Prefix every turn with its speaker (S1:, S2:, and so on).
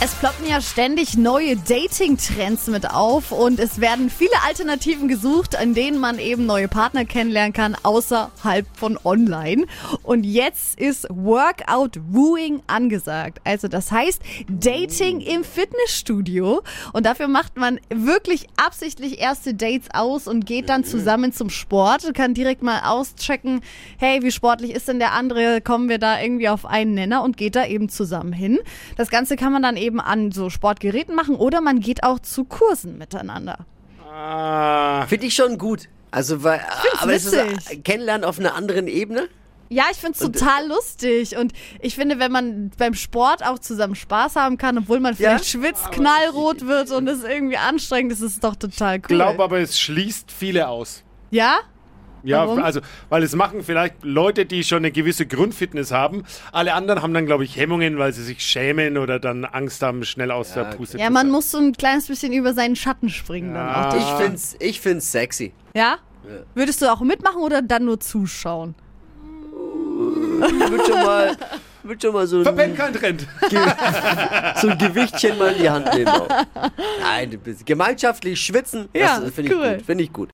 S1: Es ploppen ja ständig neue Dating-Trends mit auf und es werden viele Alternativen gesucht, an denen man eben neue Partner kennenlernen kann, außerhalb von online. Und jetzt ist Workout Wooing angesagt. Also das heißt Dating im Fitnessstudio. Und dafür macht man wirklich absichtlich erste Dates aus und geht dann zusammen zum Sport und kann direkt mal auschecken, hey, wie sportlich ist denn der andere? Kommen wir da irgendwie auf einen Nenner und geht da eben zusammen hin. Das Ganze kann man dann eben an so Sportgeräten machen oder man geht auch zu Kursen miteinander.
S2: Finde ich schon gut. Also, weil, aber es ist
S1: witzig.
S2: äh, Kennenlernen auf einer anderen Ebene.
S1: Ja, ich find's total lustig und ich finde, wenn man beim Sport auch zusammen Spaß haben kann, obwohl man vielleicht schwitzt, knallrot wird und es irgendwie anstrengend ist, ist es doch total cool.
S3: glaube aber, es schließt viele aus.
S1: ja?
S3: Ja,
S1: Warum?
S3: also, weil es machen vielleicht Leute, die schon eine gewisse Grundfitness haben. Alle anderen haben dann, glaube ich, Hemmungen, weil sie sich schämen oder dann Angst haben, schnell aus der Puste
S1: Ja,
S3: zu
S1: man
S3: sein.
S1: muss so ein kleines bisschen über seinen Schatten springen dann auch.
S2: Ich find's, ich find's sexy.
S1: Ja? Würdest du auch mitmachen oder dann nur zuschauen?
S2: Ich würde schon mal, würd schon mal so,
S3: Verpennt
S2: ein,
S3: kein Trend.
S2: so ein Gewichtchen mal in die Hand nehmen. Auch. Nein, du bist- gemeinschaftlich schwitzen,
S1: Ja,
S2: das finde ich
S1: cool.
S2: gut. Finde ich gut.